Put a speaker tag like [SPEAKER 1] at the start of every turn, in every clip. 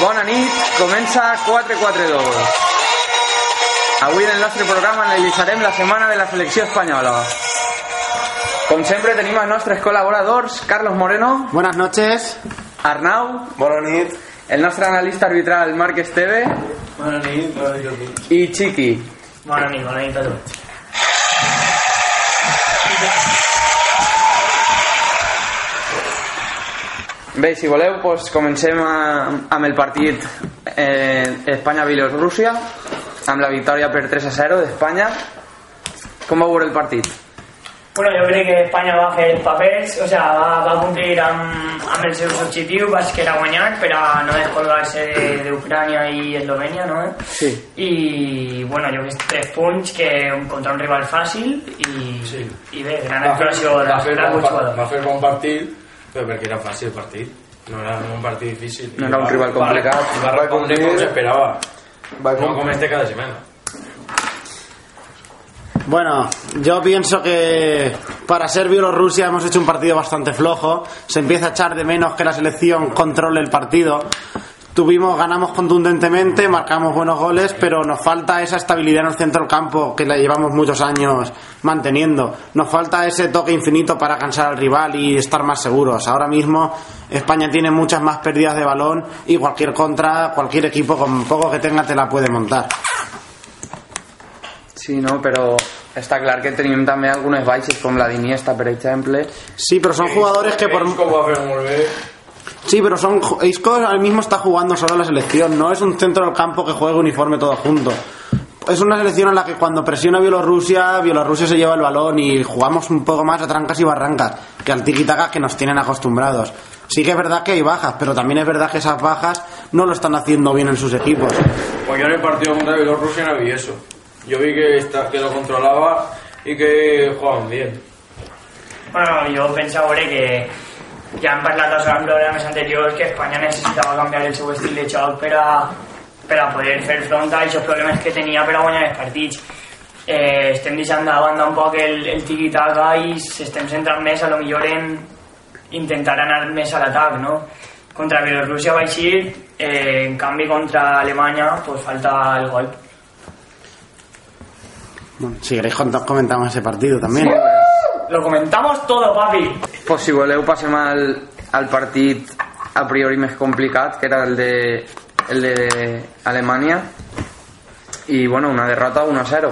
[SPEAKER 1] Bona nit, comença 442. Avui en el nostre programa analitzarem la setmana de la selecció espanyola. Com sempre tenim els nostres col·laboradors, Carlos Moreno,
[SPEAKER 2] Buenas noches.
[SPEAKER 1] Arnau,
[SPEAKER 3] Bona nit.
[SPEAKER 1] el nostre analista arbitral Marc Esteve
[SPEAKER 3] Bona nit, bona nit. Jordi.
[SPEAKER 1] i Chiqui.
[SPEAKER 4] Bona nit, bona nit a tots.
[SPEAKER 1] Bé, si voleu, doncs comencem a, amb el partit eh, Espanya-Bielorússia, amb la victòria per 3 a 0 d'Espanya. Com va veure el partit?
[SPEAKER 4] Bueno, jo crec que Espanya va fer els papers, o sea, va, va complir amb, amb els seus objectius, va que era guanyar per a no descolgar-se de- d'Ucrània i Eslovènia, no?
[SPEAKER 1] Sí.
[SPEAKER 4] I, bueno, jo crec que tres punts que contra un rival fàcil i, sí. i bé, gran
[SPEAKER 3] Va fer,
[SPEAKER 4] actuació de
[SPEAKER 3] Ah, va, fer
[SPEAKER 4] gran
[SPEAKER 3] bon, par- va
[SPEAKER 4] jugador.
[SPEAKER 3] fer bon partit, però perquè era fàcil el partit. No era un partit difícil.
[SPEAKER 1] No era un rival complicat.
[SPEAKER 3] Va, va respondre com s'esperava.
[SPEAKER 1] Va
[SPEAKER 3] No com este cada setmana.
[SPEAKER 2] Bueno, yo pienso que para ser Bielorrusia hemos hecho un partido bastante flojo. Se empieza a echar de menos que la selección controle el partido. Tuvimos, ganamos contundentemente, marcamos buenos goles, pero nos falta esa estabilidad en el centro del campo que la llevamos muchos años manteniendo. Nos falta ese toque infinito para cansar al rival y estar más seguros. Ahora mismo España tiene muchas más pérdidas de balón y cualquier contra, cualquier equipo con poco que tenga te la puede montar.
[SPEAKER 1] Sí, no, però està clar que tenim també algunes baixes, com la d'Iniesta, per exemple.
[SPEAKER 2] Sí, pero son jugadores que por...
[SPEAKER 3] Com va fer molt bé.
[SPEAKER 2] Sí, pero son ju- Isco ahora mismo está jugando solo en la selección, no es un centro del campo que juegue uniforme todo junto. Es una selección en la que cuando presiona Bielorrusia, Bielorrusia se lleva el balón y jugamos un poco más a trancas y barrancas que al tiquitacas que nos tienen acostumbrados. Sí que es verdad que hay bajas, pero también es verdad que esas bajas no lo están haciendo bien en sus equipos.
[SPEAKER 3] Pues yo en el partido contra Bielorrusia no vi eso. Yo vi que, esta, que lo controlaba y que jugaban bien.
[SPEAKER 4] Bueno, jo pensava que ja hem parlat dels programes anteriors que Espanya necessitava canviar el seu estil de joc per a, per a poder fer front a aquests problemes que tenia per a guanyar els partits. Eh, estem deixant de banda un poc el, el tiki-taka i s'estem centrant més a lo millor en intentar anar més a l'atac, no? Contra Bielorússia va així, eh, en canvi contra Alemanya pues, falta el gol.
[SPEAKER 2] Bueno, si queréis cont- comentamos ese partido también.
[SPEAKER 1] Mm.
[SPEAKER 4] Lo comentamos todo, papi.
[SPEAKER 1] Pues, si voleu, passem al, al partit a priori més complicat, que era el de, el de Alemanya. I, bueno, una derrota 1 a 0.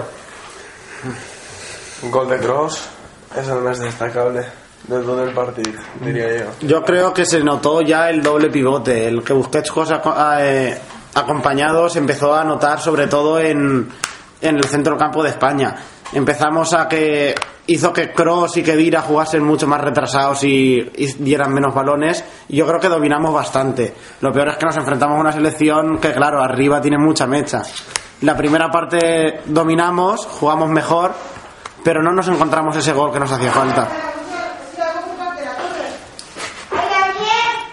[SPEAKER 5] Un gol de Cross és el més destacable de tot el partit, diria jo.
[SPEAKER 2] Yo creo que se notó ya el doble pivote, el que Busquets cosa eh, acompañado se empezó a notar sobre todo en, en el centro del campo de España. Empezamos a que hizo que Cross y que Dira jugasen mucho más retrasados y, y dieran menos balones. Y yo creo que dominamos bastante. Lo peor es que nos enfrentamos a una selección que, claro, arriba tiene mucha mecha. La primera parte dominamos, jugamos mejor, pero no nos encontramos ese gol que nos hacía falta.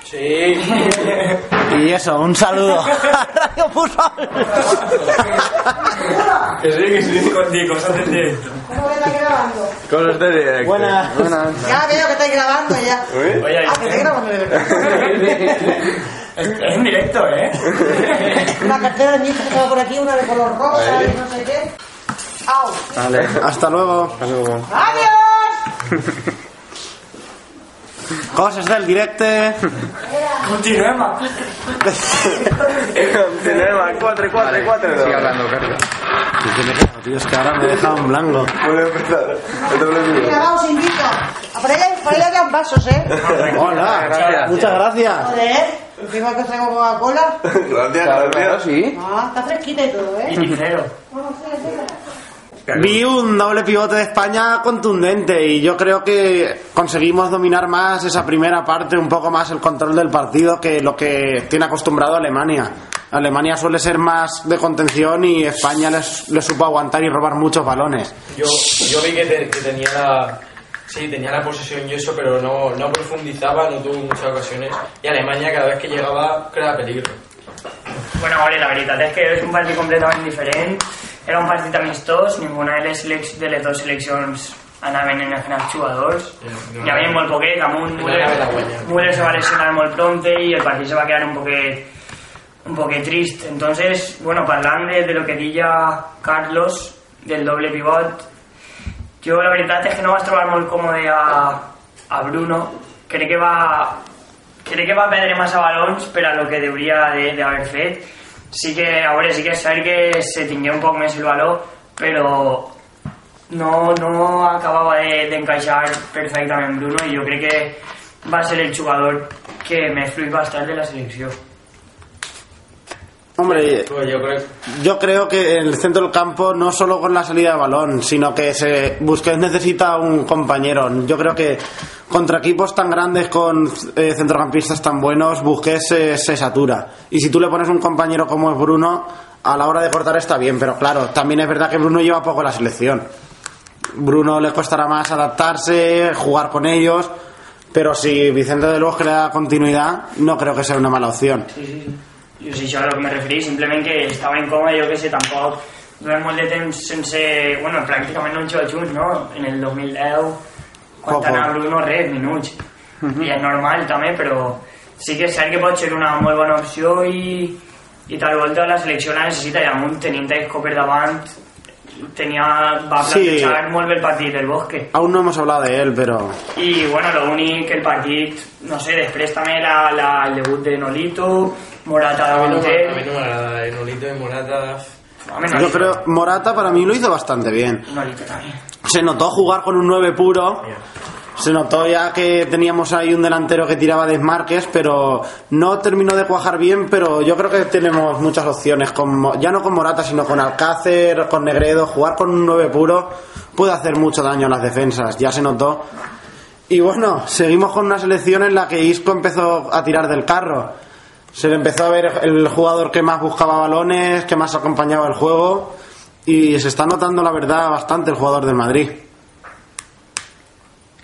[SPEAKER 3] Sí.
[SPEAKER 2] Y eso, un saludo. Radio Pujol.
[SPEAKER 3] Que sí, que sí. Contigo, en directo.
[SPEAKER 6] ¿Cómo que está grabando?
[SPEAKER 5] Com és de directe?
[SPEAKER 2] Buenas.
[SPEAKER 6] Ya veo que estáis grabando ya.
[SPEAKER 5] Ui?
[SPEAKER 4] Oye,
[SPEAKER 6] Ah, que estáis grabando de verdad.
[SPEAKER 4] es, es en directo, ¿eh?
[SPEAKER 6] Una cartera de mí que estaba por aquí, una de color rosa y no sé qué. ¡Au!
[SPEAKER 1] Vale.
[SPEAKER 2] Hasta luego.
[SPEAKER 6] ¡Adiós!
[SPEAKER 2] Cosas del directe.
[SPEAKER 4] Continuemos.
[SPEAKER 5] Continuem a 4, 4, 4,
[SPEAKER 1] Sigue
[SPEAKER 5] 2.
[SPEAKER 1] hablando, Carlos.
[SPEAKER 2] ¿Qué me quedo, tío? Es que ahora me he dejado en blanco.
[SPEAKER 5] Volem empezar. El doble
[SPEAKER 6] Venga,
[SPEAKER 5] pivote.
[SPEAKER 6] va, os invito. A por ella, por ella quedan vasos, ¿eh?
[SPEAKER 2] Hola.
[SPEAKER 1] Gracias.
[SPEAKER 2] Muchas gracias.
[SPEAKER 6] Joder, encima que os traigo Coca-Cola.
[SPEAKER 5] Gràcies,
[SPEAKER 1] Claro, claro,
[SPEAKER 5] gràcies.
[SPEAKER 1] sí.
[SPEAKER 6] Ah, está fresquita y todo, ¿eh?
[SPEAKER 4] Y cero.
[SPEAKER 6] Bueno, sí, sí.
[SPEAKER 2] Vi un doble pivote de España contundente y yo creo que conseguimos dominar más esa primera parte, un poco más el control del partido que lo que tiene acostumbrado Alemania. Alemania suele ser más de contención y España les, les supo aguantar y robar muchos balones.
[SPEAKER 3] Yo, yo vi que, te- que tenía la... Sí, tenía la posesión y eso, pero no, no profundizaba, no tuvo muchas ocasiones. Y Alemania cada vez que llegaba creaba peligro.
[SPEAKER 4] Bueno, vale, la veritat és que és un partit completament diferent. Era un partit amistós, ninguna de les, selec- de les dues seleccions anaven en els jugadors.
[SPEAKER 3] Sí, no.
[SPEAKER 4] Hi havia molt poquet, amb un
[SPEAKER 3] No
[SPEAKER 4] Müller,
[SPEAKER 3] anava a guanyar.
[SPEAKER 4] Müller se va lesionar molt prompte i el partit se va quedar un poquet un poquet trist. Entonces, bueno, parlant de, de lo que deia Carlos, del doble pivot, jo la veritat és que no vaig trobar molt còmode a, a Bruno. Crec que va crec que va perdre massa balons per a lo que hauria de- d'haver fet. Sí que, a veure, sí que és cert que se tingué un poc més el valor, però no, no acabava de- d'encaixar de, perfectament Bruno i jo crec que va ser el jugador que més fluid va estar de la selecció.
[SPEAKER 2] Hombre,
[SPEAKER 3] Pues yo creo
[SPEAKER 2] yo creo que en el centro del campo no solo con la salida de balón, sino que se Busquets necesita un compañero. Yo creo que contra equipos tan grandes con eh, centrocampistas tan buenos, Busquets se, se satura. Y si tú le pones un compañero como es Bruno, a la hora de cortar está bien, pero claro, también es verdad que Bruno lleva poco la selección. Bruno le costará más adaptarse, jugar con ellos, pero si Vicente de Luz le da continuidad, no creo que sea una mala opción.
[SPEAKER 4] Sí, sí, sí. Jo sé això a lo que me referí, simplement que estava incòmode, jo que sé, tampoc durant molt de temps sense... Bueno, pràcticament no hem jugat junts, no? En el 2010, quan
[SPEAKER 2] Poco.
[SPEAKER 4] t'anava Bruno, res, minuts. I és normal, també, però sí que és cert que pot ser una molt bona opció i, i tal volta la selecció la necessita i amunt, tenint Taisco per davant, tenia, va
[SPEAKER 2] Sí.
[SPEAKER 4] plantejar sí. molt bé el partit del Bosque.
[SPEAKER 2] Aún no hemos hablado de él, pero
[SPEAKER 4] I, bueno, l'únic, el partit, no sé, després també la, la, el debut de Nolito, Morata
[SPEAKER 3] a mí no, me-
[SPEAKER 4] davanter...
[SPEAKER 3] a mí no me agrada. El Nolito de Morata.
[SPEAKER 4] Hombre,
[SPEAKER 2] yo
[SPEAKER 4] Nolito.
[SPEAKER 2] creo Morata para mí lo hizo bastante bien.
[SPEAKER 4] Nolito también.
[SPEAKER 2] Se notó jugar con un 9 puro. Se notó ya que teníamos ahí un delantero que tiraba desmarques, pero no terminó de cuajar bien, pero yo creo que tenemos muchas opciones, con, Mo- ya no con Morata, sino con Alcácer, con Negredo, jugar con un 9 puro puede hacer mucho daño a las defensas, ya se notó. Y bueno, seguimos con una selección en la que Isco empezó a tirar del carro. Se le empezó a ver el jugador que más buscaba balones, que más acompañaba el juego, y se está notando la verdad bastante el jugador del Madrid.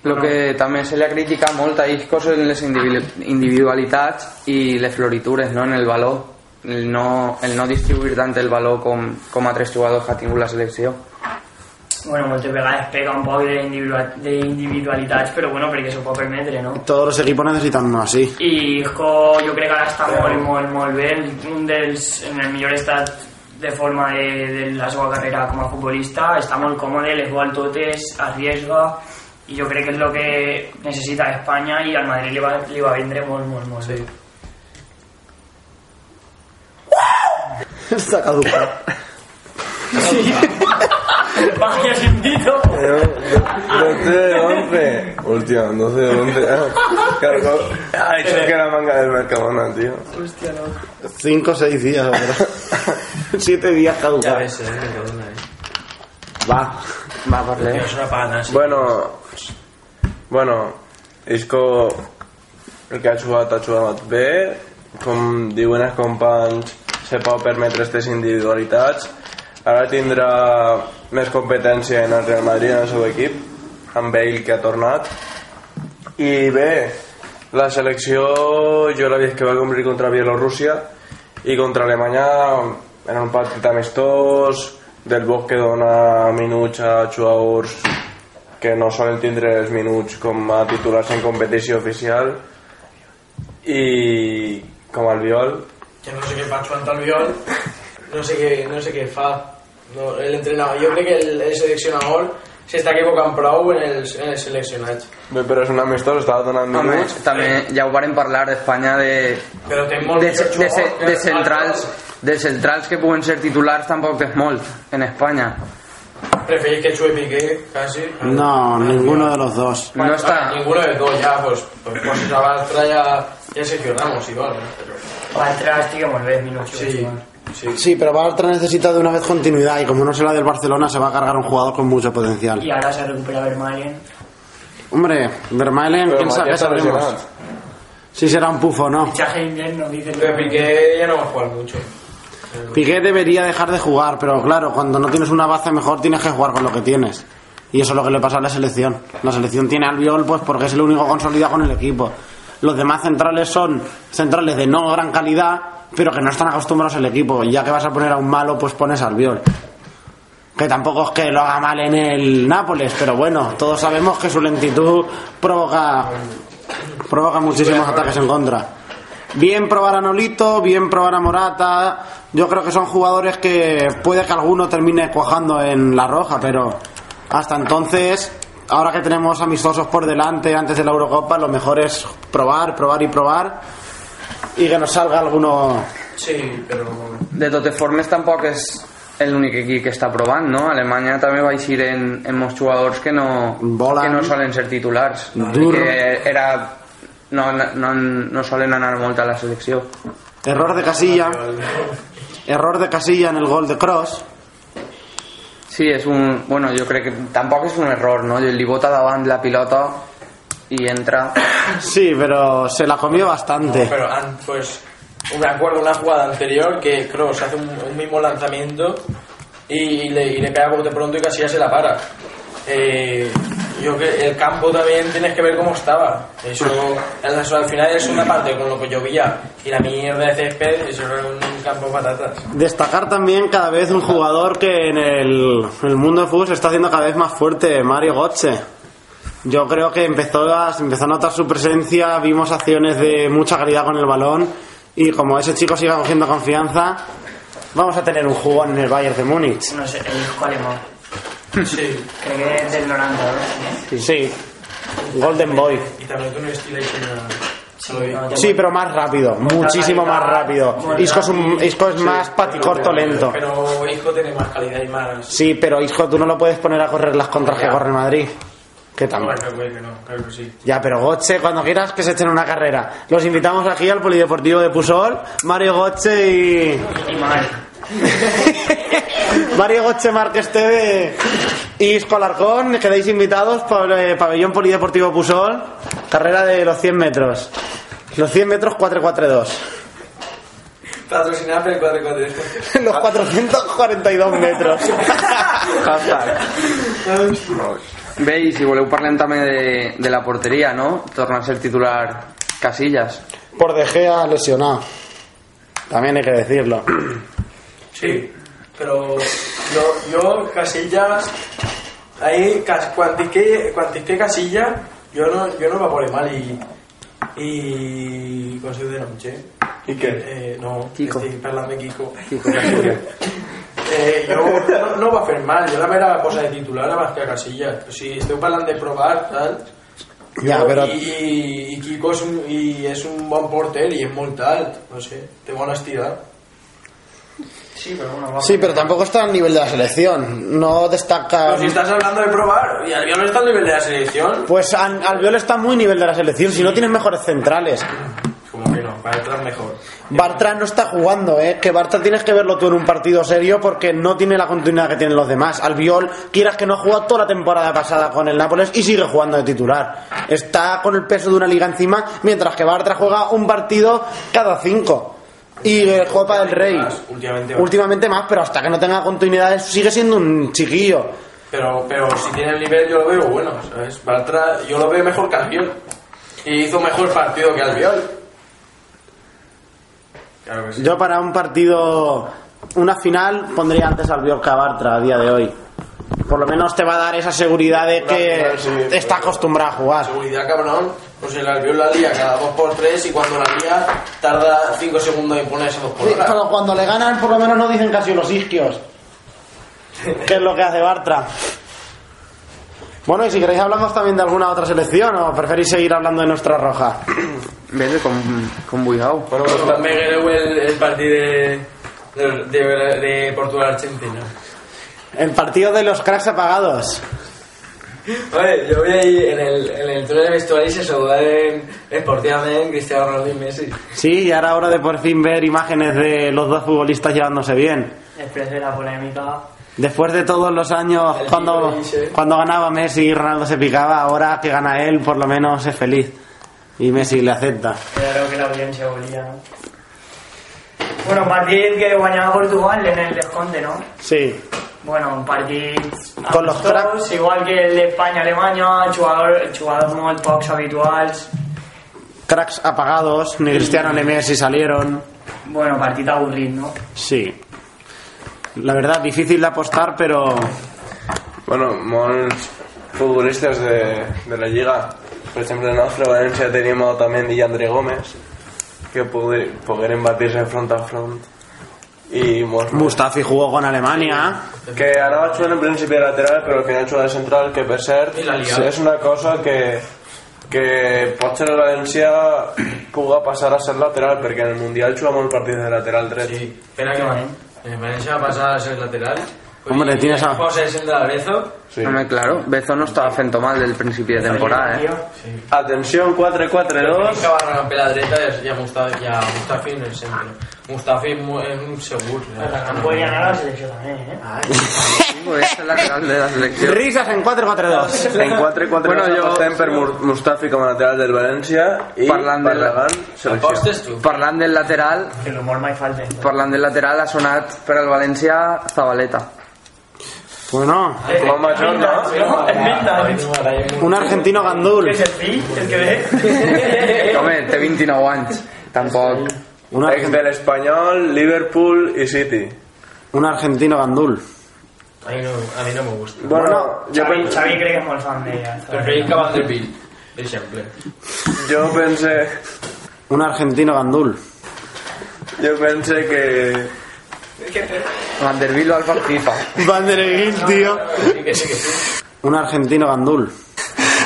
[SPEAKER 1] El que també se li ha criticat molt a Isco són les individu- individualitats i les floritures no? en el valor el no, el no distribuir tant el valor com, com a tres jugadors que ha tingut la selecció
[SPEAKER 4] Bueno, moltes vegades pega un poc d'individua- d'individualitats, però bueno, perquè s'ho pot permetre, no?
[SPEAKER 2] Todos los equipos necesitan uno así.
[SPEAKER 4] I Isco jo crec que ara està molt, molt, molt bé, un dels, en el millor estat de forma de, de la seva carrera com a futbolista, està molt còmode, les vol totes, arriesga, i jo crec que és el que necessita Espanya i al Madrid li va, li va vindre molt, molt, molt bé.
[SPEAKER 2] Está caducado.
[SPEAKER 4] Vaya sentido!
[SPEAKER 5] Pero, do- 12 de 11. Hostia, 12 de 11. Ah, Claro, claro. Ah, eso que era manga del Mercadona, tío.
[SPEAKER 4] Hòstia, no.
[SPEAKER 2] Cinco o seis días, la ¿verdad? Siete días
[SPEAKER 3] Ya
[SPEAKER 2] caducado.
[SPEAKER 3] ves, eh, Mercadona, eh.
[SPEAKER 2] Va.
[SPEAKER 1] va per
[SPEAKER 3] Tío,
[SPEAKER 1] l'E
[SPEAKER 3] es una pana, sí.
[SPEAKER 5] Bueno, bueno, Isco, el que ha jugat, ha jugat bé, com diuen els companys, se pot permetre aquestes individualitats. Ara tindrà més competència en el Real Madrid, en el seu equip, amb Bale que ha tornat. I bé, la selecció jo la vist que va complir contra Bielorússia i contra Alemanya en un partit amistós, del Bosque dona minuts a jugadors que no solen tindre els minuts com a titulars en competició oficial i com el viol
[SPEAKER 3] Que no sé qué Pacho Antalbiol, no sé qué, no sé qué fa. No, el entrenador, yo creo que el, el seleccionador se está equivocando prou en el, en el seleccionat.
[SPEAKER 5] bé, però és un amistós, estava donant
[SPEAKER 1] Home,
[SPEAKER 5] minuts
[SPEAKER 1] també ja ho varen parlar d'Espanya de,
[SPEAKER 3] Però té molt
[SPEAKER 1] de, de,
[SPEAKER 3] millor
[SPEAKER 1] de,
[SPEAKER 3] jugador que
[SPEAKER 1] de centrals de centrals que puguen ser titulars tampoc és molt en Espanya
[SPEAKER 3] Preferís que Chuy Piqué, casi.
[SPEAKER 2] No, ninguno de los dos.
[SPEAKER 1] no
[SPEAKER 3] Ah,
[SPEAKER 1] està
[SPEAKER 3] ninguno de los dos ya, pues, pues, pues esa bastra ya, ya Sergio Ramos igual, ¿no? Pero,
[SPEAKER 4] L'altre estic molt bé, minuts.
[SPEAKER 3] sí, sí.
[SPEAKER 2] Sí, pero Bartra necesita de una vez continuidad y como no será del Barcelona se va a cargar un jugador con mucho
[SPEAKER 4] Y
[SPEAKER 2] potencial.
[SPEAKER 4] ahora se recupera Vermaelen.
[SPEAKER 2] Hombre, Vermaelen,
[SPEAKER 5] però
[SPEAKER 2] quién
[SPEAKER 5] Matías
[SPEAKER 2] sabe,
[SPEAKER 5] està
[SPEAKER 2] sabremos.
[SPEAKER 5] lesionat.
[SPEAKER 2] Si será un pufo o no.
[SPEAKER 4] Fichaje de invierno, dice
[SPEAKER 3] Pero Piqué ya no va a jugar mucho.
[SPEAKER 2] Piqué debería dejar de jugar, pero claro, cuando no tienes una base mejor tienes que jugar con lo que tienes. Y eso es lo que le pasa a la selección. La selección tiene al Albiol pues porque es el único consolidado con el equipo. Los demás centrales son centrales de no gran calidad, pero que no están acostumbrados al equipo. Y Ya que vas a poner a un malo, pues pones al Albiol. Que tampoco es que lo haga mal en el Nápoles, pero bueno, todos sabemos que su lentitud provoca provoca muchísimos ataques en contra. Bien probar a Nolito, bien probar a Morata. Yo creo que son jugadores que puede que alguno termine cuajando en la roja, pero hasta entonces, ahora que tenemos amistosos por delante antes de la Eurocopa, lo mejor es probar, probar y probar y que nos salga alguno.
[SPEAKER 3] Sí, pero...
[SPEAKER 1] De totes formes, tampoc és l'únic equip que està provant, no? Alemanya també va eixir en, en molts jugadors que no,
[SPEAKER 2] Volant.
[SPEAKER 1] que no solen ser titulars.
[SPEAKER 2] Dur.
[SPEAKER 1] Que era, no, no, no solen anar molt a la selecció.
[SPEAKER 2] Error de casilla. Error de casilla en el gol de Cross.
[SPEAKER 1] Sí, és un... Bueno, jo crec que tampoc és un error, no? Li bota davant la pilota i entra...
[SPEAKER 2] Sí, pero se la comió bastante.
[SPEAKER 3] Pero an- pues me acuerdo una jugada anterior que Cross hace un, un mismo lanzamiento y le, y le pega bote pronto y Casillas se la para. Eh, yo que el campo también tienes que ver cómo estaba. Eso, el- eso al final es una parte con lo que llovía y la mierda de césped, eso era un campo de patatas.
[SPEAKER 2] Destacar también cada vez un jugador que en el, en el mundo del fútbol se está haciendo cada vez más fuerte, Mario Götze. Yo creo que empezó a, se empezó a notar su presencia, vimos acciones de mucha calidad con el balón y como ese chico siga cogiendo confianza, vamos a tener un jugón en el Bayern de Múnich.
[SPEAKER 4] No sé, el hijo alemán.
[SPEAKER 3] Sí.
[SPEAKER 4] Creo que es del Noranda, ¿verdad?
[SPEAKER 2] Sí, Golden Boy.
[SPEAKER 3] Y también tú no estilas se lo digo.
[SPEAKER 2] Sí, pero más rápido, muchísimo más rápido. Isco es, un- Isco es más paticorto lento.
[SPEAKER 3] Pero Hijo tiene más calidad y más.
[SPEAKER 2] Sí, pero Isco tú no lo puedes poner a correr las contras que corre el Madrid. Que también.
[SPEAKER 3] Bueno, puede que no, claro que sí.
[SPEAKER 2] Ya, pero Gotze, cuando quieras que se echen una carrera. Los invitamos aquí al Polideportivo de Pusol, Mario Gotze y.
[SPEAKER 4] Y mal.
[SPEAKER 2] Mario Gotze Márquez TV y Isco Alarcón. Quedáis invitados por eh, Pabellón Polideportivo Pusol, carrera de los 100 metros. Los 100 metros 442.
[SPEAKER 3] Patrocinada por el 443.
[SPEAKER 2] Los 442 metros.
[SPEAKER 1] Hashtag. Bé, i si voleu parlem també de, de la porteria, no? Torna a ser titular Casillas.
[SPEAKER 2] Por De Gea lesionado. También hay que decirlo.
[SPEAKER 3] Sí, pero yo, yo Casillas, ahí cas- cuantiqué, cuantiqué Casillas, yo no, yo no me pone mal y... i com se diu de nom, Che? Eh, no,
[SPEAKER 1] Quico.
[SPEAKER 3] estic parlant de Quico.
[SPEAKER 1] Quico Casillas.
[SPEAKER 3] eh, jo no, no, va fer mal, jo la meva cosa de titular la vaig fer a Casillas. O sigui, esteu parlant de provar, tal,
[SPEAKER 2] Ya, pero.
[SPEAKER 3] i, i, i Quico és un, i és un bon porter i és molt alt, no sé, té bona estirada.
[SPEAKER 4] Sí, pero bueno, va.
[SPEAKER 2] Sí, pero tampoco está al nivel de la selección. No destaca.
[SPEAKER 3] Pero si estás hablando de probar, y Albiol no está al nivel de la selección.
[SPEAKER 2] Pues An- Albiol está muy nivel de la selección, si no tienes mejores centrales.
[SPEAKER 3] Como que no, para entrar mejor.
[SPEAKER 2] Bartra no está jugando, ¿eh? Que Bartra tienes que verlo tú en un partido serio porque no tiene la continuidad que tienen los demás. Albiol, quieras que no juega toda la temporada pasada con el Nápoles y sigue jugando de titular. Está con el peso de una liga encima, mientras que Bartra juega un partido cada cinco. Y el Copa del Rey.
[SPEAKER 3] Últimamente.
[SPEAKER 2] Últimamente más, pero hasta que no tenga continuidad sigue siendo un chiquillo.
[SPEAKER 3] Pero, pero si tiene el nivel, yo lo veo bueno, ¿sabes? Bartra, yo lo veo mejor que Albiol. Y hizo mejor partido que Albiol. Claro que sí.
[SPEAKER 2] Yo para un partido, una final, pondría antes al Biorca Bartra a día de hoy. Por lo menos te va a dar esa seguridad de que
[SPEAKER 5] final, sí.
[SPEAKER 2] está acostumbrado a jugar.
[SPEAKER 3] Seguridad, cabrón. Pues el Albiol la lía cada 2x3 y cuando la lía tarda 5 segundos en ponerse 2
[SPEAKER 2] Sí,
[SPEAKER 3] por hora.
[SPEAKER 2] pero cuando le ganan, por lo menos no dicen casi los isquios. que es lo que hace Bartra. Bueno, y si queréis hablamos también de alguna otra selección o preferís seguir hablando de nuestra roja.
[SPEAKER 1] Bé, com, com vulgueu.
[SPEAKER 5] Bueno, pues,
[SPEAKER 3] Pero me quedó el, el partido de, de, de, de Portugal-Argentina.
[SPEAKER 2] El partido de los cracks apagados.
[SPEAKER 3] Oye, yo vi ahí en el, en el túnel de vestuario y se saludaron esportivamente Cristiano Ronaldo y Messi.
[SPEAKER 2] Sí, y ahora hora de por fin ver imágenes de los dos futbolistas llevándose bien.
[SPEAKER 4] Después de la polémica,
[SPEAKER 2] Después de todos los años
[SPEAKER 3] El
[SPEAKER 2] cuando,
[SPEAKER 3] libro dice-
[SPEAKER 2] cuando ganaba Messi y Ronaldo se picaba, ahora que gana él por lo menos es feliz. Y Messi le acepta.
[SPEAKER 4] creo que la audiencia volía, ¿no? Bueno, partit que guanyava Portugal en el desconte, ¿no?
[SPEAKER 2] Sí.
[SPEAKER 4] Bueno, un partit
[SPEAKER 2] Con los
[SPEAKER 4] amistós,
[SPEAKER 2] cracks.
[SPEAKER 4] igual que el d'Espanya-Alemanya, jugador, jugadors molt pocs habituals.
[SPEAKER 2] Cracks apagados, ni Cristiano ni Messi salieron.
[SPEAKER 4] Bueno, partit avorrit, no?
[SPEAKER 2] Sí. La verdad, difícil de apostar, pero
[SPEAKER 5] bueno, molts futbolistes de, de la Lliga. Per exemple, el nostre València tenim el també Dillandre Gómez, que poder, pogueren batir-se front a front i molt bé.
[SPEAKER 2] Mustafi jugó con Alemania.
[SPEAKER 5] que anava jugant en principi de lateral però al final jugava de central que per cert
[SPEAKER 3] I l'ha liat.
[SPEAKER 5] és una cosa que que potser el València puga passar a ser lateral perquè en el Mundial juga molt partits de lateral dret
[SPEAKER 3] Sí, espera que me Valencia pasa a ser lateral.
[SPEAKER 2] Hombre, tienes a-
[SPEAKER 3] José es el de Arezo.
[SPEAKER 5] Sí.
[SPEAKER 1] Hombre, claro, Bezo no estaba haciendo mal del principio de temporada, ¿eh?
[SPEAKER 3] Sí.
[SPEAKER 5] atenció 4-4-2
[SPEAKER 3] Acaba de romper la dreta y a Mustafi, y a Mustafi en el centro. Mustafi es un seguro.
[SPEAKER 4] No podía ganar la selección también, ¿eh?
[SPEAKER 1] Podría ser lateral de la selección.
[SPEAKER 2] Risas en 4-4-2.
[SPEAKER 5] en 4-4-2
[SPEAKER 1] Bueno,
[SPEAKER 5] bueno,
[SPEAKER 1] jo-
[SPEAKER 5] apostem per Mur- Mustafi com a lateral del València i
[SPEAKER 1] Parlant de-
[SPEAKER 5] Barragán selecció
[SPEAKER 3] Apostes tú.
[SPEAKER 1] Parlant del lateral,
[SPEAKER 4] El humor más falta.
[SPEAKER 1] parlant del lateral ha sonat per al València Zabaleta.
[SPEAKER 2] Bueno,
[SPEAKER 5] com a major no?
[SPEAKER 2] un argentino
[SPEAKER 4] ¿Qué
[SPEAKER 2] gandul.
[SPEAKER 4] es el fi? ¿El que ve?
[SPEAKER 1] Home, té 29 anys. Tampoc...
[SPEAKER 2] Un, argen-
[SPEAKER 5] ex de l'Espanyol, Liverpool i City
[SPEAKER 2] un argentino gandul.
[SPEAKER 3] A mí no, a mí no me gusta.
[SPEAKER 5] bueno, jo,
[SPEAKER 4] Xavi,
[SPEAKER 5] pen
[SPEAKER 4] Xavi crec que és molt fan d'ella.
[SPEAKER 3] Preferís que Van der Bill, por ejemplo.
[SPEAKER 5] jo pensé
[SPEAKER 2] Un argentino gandul.
[SPEAKER 5] jo pensé que
[SPEAKER 1] Van der Bilo al FIFA.
[SPEAKER 2] Van der Egil, tío.
[SPEAKER 3] Sí, que sí, que sí.
[SPEAKER 2] Un argentino gandul.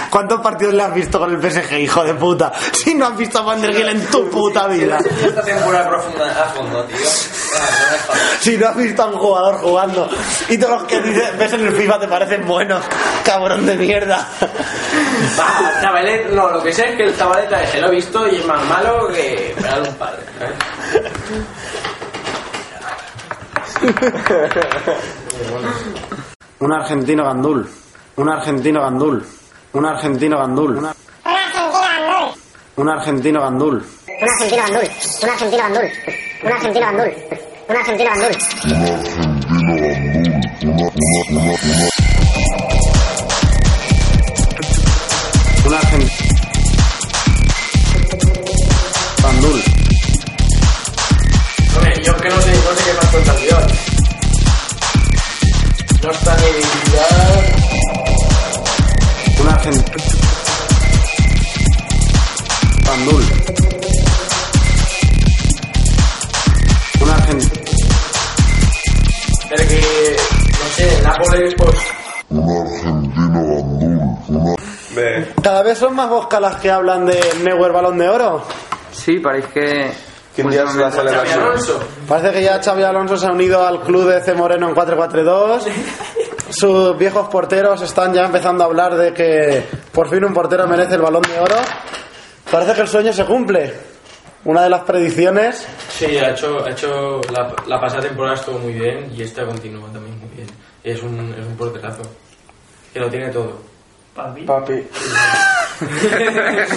[SPEAKER 2] ¿Cuántos partidos le has visto con el PSG, hijo de puta? Si no has visto a Van der Geel en tu puta vida.
[SPEAKER 3] Esta temporada profunda a fondo, tío. Ah, no me jodas.
[SPEAKER 2] Si no has visto a un jugador jugando. Y todos los que dices- ves en el FIFA te parecen buenos. Cabrón de mierda.
[SPEAKER 3] Va, Zabalet, no, lo que sé es que el Zabaleta ese lo he visto y es más malo que pegar un padre.
[SPEAKER 2] Un argentino gandul. Un argentino gandul. Un argentino gandul. Una-
[SPEAKER 7] Un argentino gandul.
[SPEAKER 2] Un argentino gandul.
[SPEAKER 7] Un argentino gandul. Un argentino gandul. Un argentino gandul. Un argentino gandul.
[SPEAKER 2] Un argentino. Gandul.
[SPEAKER 3] Hombre, yo que no sé, no sé qué más cuenta el guión. No está ni debilidad.
[SPEAKER 2] Un argentino. Gandul. Un argentino.
[SPEAKER 3] Pero que, no sé, Nápoles, pues,
[SPEAKER 5] bé
[SPEAKER 2] Cada vez son más voscas las que hablan de Neuer Balón de Oro.
[SPEAKER 1] Sí, pareix que...
[SPEAKER 5] quin dia és la
[SPEAKER 3] Xavi
[SPEAKER 5] celebració?
[SPEAKER 3] Alonso.
[SPEAKER 2] Parece que ya Xavi Alonso se ha unido al club de C. Moreno en 4-4-2. Sus viejos porteros están ya empezando a hablar de que por fin un portero merece el balón de oro. Parece que el sueño se cumple. Una de las predicciones.
[SPEAKER 3] Sí, ha hecho, ha hecho la, la pasada temporada estuvo muy bien y esta continúa también muy bien. Es un, es un porterazo. Que lo tiene todo.
[SPEAKER 4] Papi,
[SPEAKER 5] papi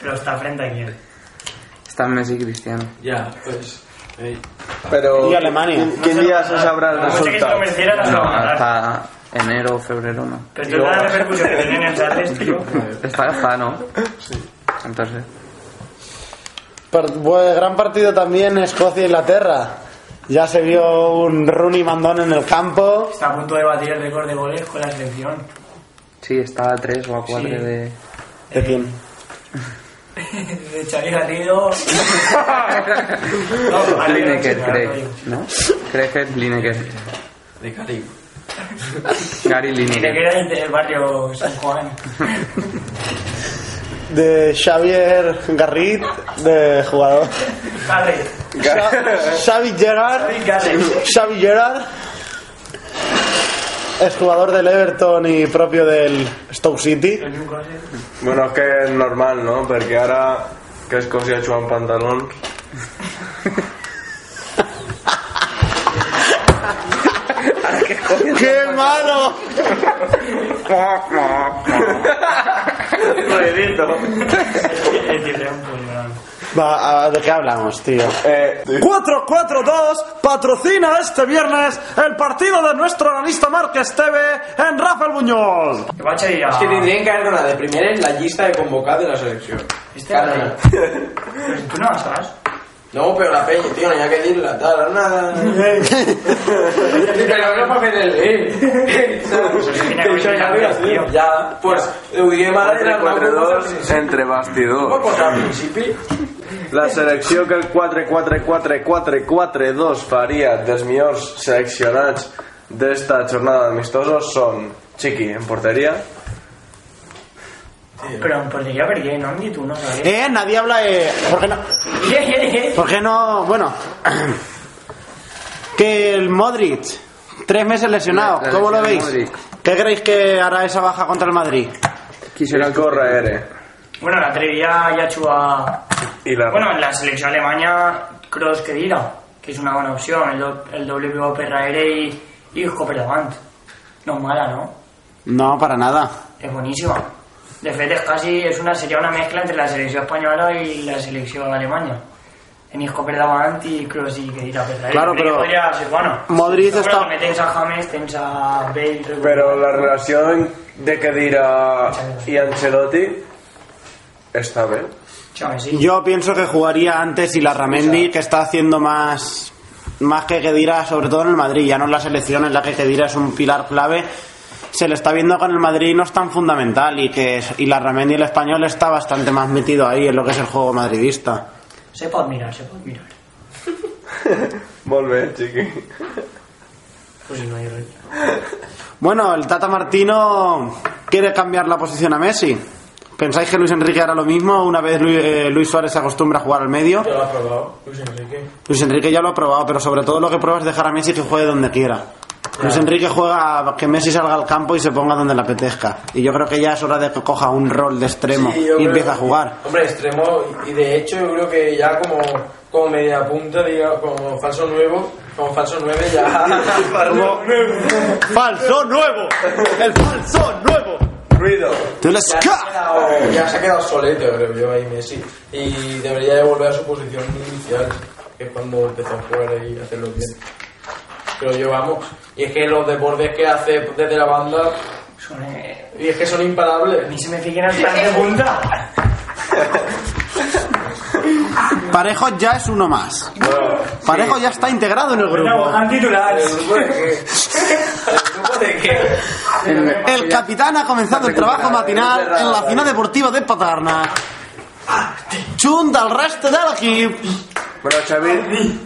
[SPEAKER 4] però està frente a quién?
[SPEAKER 1] Estan Messi i Cristiano.
[SPEAKER 3] Ya, pues. eh,
[SPEAKER 5] però
[SPEAKER 2] I Alemanya.
[SPEAKER 5] quin, quin dia se sabrà el
[SPEAKER 4] No sé que es
[SPEAKER 5] resultat?
[SPEAKER 4] comerciera, no,
[SPEAKER 1] No,
[SPEAKER 2] Ah,
[SPEAKER 4] no,
[SPEAKER 1] hasta enero o febrero no.
[SPEAKER 4] Pero toda la repercusión que tienen en Charles, tío.
[SPEAKER 1] Está gastada, ¿no? Sí. Entonces...
[SPEAKER 2] Par- bue- gran partido también Escocia-Inglaterra. Ya se vio un Rooney mandón en el campo.
[SPEAKER 4] Está a punto de batir el récord de goles con la selección.
[SPEAKER 1] Sí, está a 3 o a 4
[SPEAKER 4] Sí.
[SPEAKER 1] de...
[SPEAKER 2] ¿De quién?
[SPEAKER 4] De Xavi Garrido. No, vale,
[SPEAKER 1] Lineker,
[SPEAKER 4] no,
[SPEAKER 1] crec.
[SPEAKER 4] no,
[SPEAKER 1] ¿No? Crec que es Lineker.
[SPEAKER 3] de Cali.
[SPEAKER 1] Gary
[SPEAKER 4] Que te
[SPEAKER 1] Lineker.
[SPEAKER 4] queda del barrio San Juan.
[SPEAKER 2] De Xavier Garrit, de jugador.
[SPEAKER 4] Garri.
[SPEAKER 2] Xa- Xavi Gerard.
[SPEAKER 4] Garri, Garri.
[SPEAKER 2] Xavi Gerard es jugador del Everton y propio del Stoke City.
[SPEAKER 4] El Newcastle.
[SPEAKER 5] bueno, és que és normal, no? perquè ara que Escòcia juga amb pantalons
[SPEAKER 2] ¡Qué malo!
[SPEAKER 4] El Tirreón, pues, no.
[SPEAKER 2] Va, ¿a- ¿De qué hablamos, tío?
[SPEAKER 5] eh,
[SPEAKER 2] 442 patrocina este viernes el partido de nuestro analista Márquez TV en Rafael Buñol.
[SPEAKER 4] Que vaig a dir a-
[SPEAKER 3] Es que tendrían que haber con la de primera en la lista de convocados de la selección.
[SPEAKER 4] Este
[SPEAKER 3] Cada
[SPEAKER 4] era-
[SPEAKER 3] año.
[SPEAKER 4] Pues tú no sabes.
[SPEAKER 3] No, pero Oh, la peña, tío, no hay que decirla, tal, nada. pero no para meterle.
[SPEAKER 4] tiene que
[SPEAKER 3] Eso ya
[SPEAKER 4] ver
[SPEAKER 3] había
[SPEAKER 4] con el
[SPEAKER 3] sido.
[SPEAKER 4] tío.
[SPEAKER 3] Ya, pues, huye madre, la
[SPEAKER 5] 4-4-2 entre bastidors
[SPEAKER 3] Pues al principio.
[SPEAKER 5] La selecció que el 4-4-4-4-4-2 faria dels millors seleccionats d'esta jornada d'amistosos són Chiqui en porteria,
[SPEAKER 4] Però em portaria per què? No em dit uno, ¿sabes?
[SPEAKER 2] Eh, nadie habla de... ¿Por qué no? ¿Por qué no? Bueno... Que el Modric, tres meses lesionado,
[SPEAKER 1] La- la
[SPEAKER 2] ¿cómo lo
[SPEAKER 1] lesión
[SPEAKER 2] veis?
[SPEAKER 1] de Modric.
[SPEAKER 2] ¿Qué creéis que hará esa baja contra el Madrid?
[SPEAKER 1] Qui serà
[SPEAKER 5] el
[SPEAKER 1] el corre?
[SPEAKER 5] Corre R
[SPEAKER 4] Bueno, la trevia ya chuva...
[SPEAKER 5] i la...
[SPEAKER 4] Bueno, en la selección alemana, Kroos que dirá, que es una buena opción, el, do- el doble pivot Perraere y, y Hopperland. No es mala, ¿no?
[SPEAKER 2] No, para nada.
[SPEAKER 4] Es buenísima. De fet, es casi es una, sería una mezcla entre la selección española y la selección alemana. En Isco Perdavant y Kroos y Kedira Perraere.
[SPEAKER 2] Claro,
[SPEAKER 4] Crec que
[SPEAKER 2] pero
[SPEAKER 4] Podría ser, bueno.
[SPEAKER 2] Modric
[SPEAKER 4] Yo creo
[SPEAKER 2] está-
[SPEAKER 4] que Tens a James, tens a Bale... Rodri-
[SPEAKER 5] Però la relació de Kedira i Ancelotti està bé.
[SPEAKER 4] Xavi, sí.
[SPEAKER 2] Yo pienso que jugaría antes y la Ramendi, que está haciendo más, más que Kedira, sobre todo en el Madrid, ya no en la selección en la que Kedira es un pilar clave. Se le está viendo con el Madrid no es tan fundamental y que y la Ramendi el español está bastante más metido ahí en lo que es el juego madridista.
[SPEAKER 4] Se pot mirar, se pot mirar.
[SPEAKER 5] Molt bé, Chiqui.
[SPEAKER 4] Pues si no hay res.
[SPEAKER 2] Bueno, el Tata Martino quiere cambiar la posición a Messi. ¿Pensáis que Luis Enrique hará lo mismo una vez Luis, eh, Luis Suárez se acostumbra a jugar al medio?
[SPEAKER 3] Ya lo has probado, pues Luis Enrique.
[SPEAKER 2] Luis Enrique ya lo ha probado, pero sobre todo lo que prueba es dejar a Messi que juegue donde quiera. Luis Enrique juega a que Messi salga al campo y se ponga donde le apetezca. Y yo creo que ya es hora de que coja un rol de extremo
[SPEAKER 3] Sí,
[SPEAKER 2] y
[SPEAKER 3] yo creo-
[SPEAKER 2] empiece a jugar.
[SPEAKER 3] Hombre, extremo, y de hecho yo creo que ya como, como media punta, diga, como falso nuevo, como falso nueve ya... falso nuevo.
[SPEAKER 2] ¡Falso nuevo! ¡El falso nuevo!
[SPEAKER 5] Ruido.
[SPEAKER 2] ¡Tú le
[SPEAKER 3] Ya se, ha
[SPEAKER 2] esca-
[SPEAKER 3] quedado, ya se ha quedado solete, creo yo, ahí Messi. Y debería de volver a su posición inicial, que es cuando empezó a jugar y hacerlo bien. Pero yo, vamos. Y es que los desbordes que hace desde la banda,
[SPEAKER 4] Son, eh,
[SPEAKER 3] y es que son
[SPEAKER 4] A
[SPEAKER 3] imparables.
[SPEAKER 4] mí se me fijan hasta de punta.
[SPEAKER 2] Parejo ya es uno más.
[SPEAKER 5] Bueno,
[SPEAKER 2] Parejo ya está integrado en el
[SPEAKER 4] Bueno,
[SPEAKER 2] grupo.
[SPEAKER 4] han titular.
[SPEAKER 3] ¿El grupo de qué? ¿El grupo de qué?
[SPEAKER 2] El capitán ha comenzado el trabajo matinal en la ciudad deportiva de Paterna. Junta al resto del equip.
[SPEAKER 5] bueno Xavi...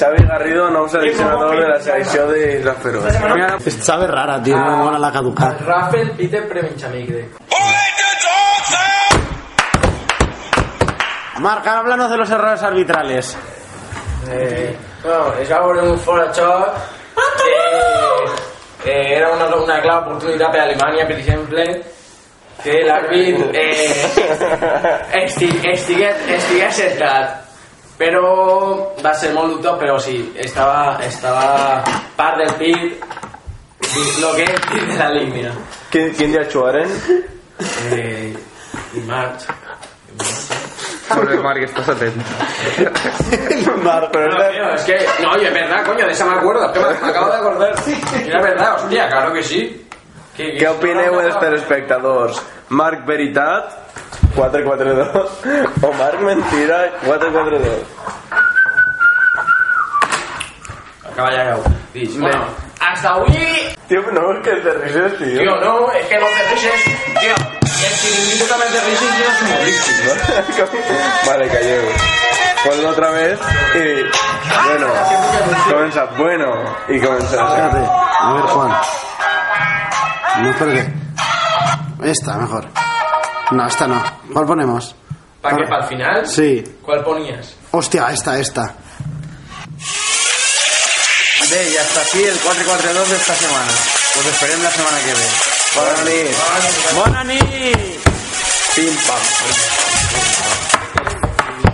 [SPEAKER 5] Xavi Garrido, nou seleccionador de la selecció de la Feroz.
[SPEAKER 1] Mira,
[SPEAKER 2] Sabe rara, tío. No me mola la caduca.
[SPEAKER 3] Rafael Peter Preminchamigre.
[SPEAKER 2] Marc, ahora háblanos de los errores arbitrales.
[SPEAKER 3] Eh, no, ya volvemos fuera, chaval. Eh, eh, era una, una clara oportunidad para Alemania, por ejemplo, que el árbitro eh, estigué acertat. Pero va a ser muy luto, pero sí, estaba, estaba par del pit, lo que es pit de la línea.
[SPEAKER 5] Quin, quin dia jugaren?
[SPEAKER 3] Eh, y March.
[SPEAKER 1] molt bé, Marc, estàs atent.
[SPEAKER 5] Marc, però
[SPEAKER 3] No,
[SPEAKER 5] és de...
[SPEAKER 3] tío, es que, no, y es verdad, coño, de esa me acuerdo, es que me, me acabo de acordar. Y es verdad, hostia, claro que sí. Que, que
[SPEAKER 5] Què
[SPEAKER 3] eso
[SPEAKER 5] opineu
[SPEAKER 3] no
[SPEAKER 5] els
[SPEAKER 3] acaba.
[SPEAKER 5] telespectadors? Marc Veritat, 442, o Marc Mentira, 442?
[SPEAKER 3] Acaba ya, acabo. Dis, Bueno,
[SPEAKER 5] Ven.
[SPEAKER 3] hasta hoy,
[SPEAKER 5] Tio, no, és que te rises, tio.
[SPEAKER 3] tío, no, es que los de Rises, tío, el chiringuito también de Rises yo es humorístico.
[SPEAKER 5] Vale, calleu. Ponlo otra vez y... Bueno, comienza. Bueno, y comienza.
[SPEAKER 2] Espérate, a ver, Juan. No, espérate. Esta, mejor. No, esta no. ¿Cuál ponemos?
[SPEAKER 3] ¿Para qué? ¿Para el final?
[SPEAKER 2] Sí.
[SPEAKER 3] ¿Cuál ponías?
[SPEAKER 2] Hostia, esta, esta.
[SPEAKER 1] Bé, i hasta aquí el 442 d'esta setmana. Us esperem la setmana que ve.
[SPEAKER 5] Para mí,
[SPEAKER 2] Bona nit!
[SPEAKER 5] pim, pam.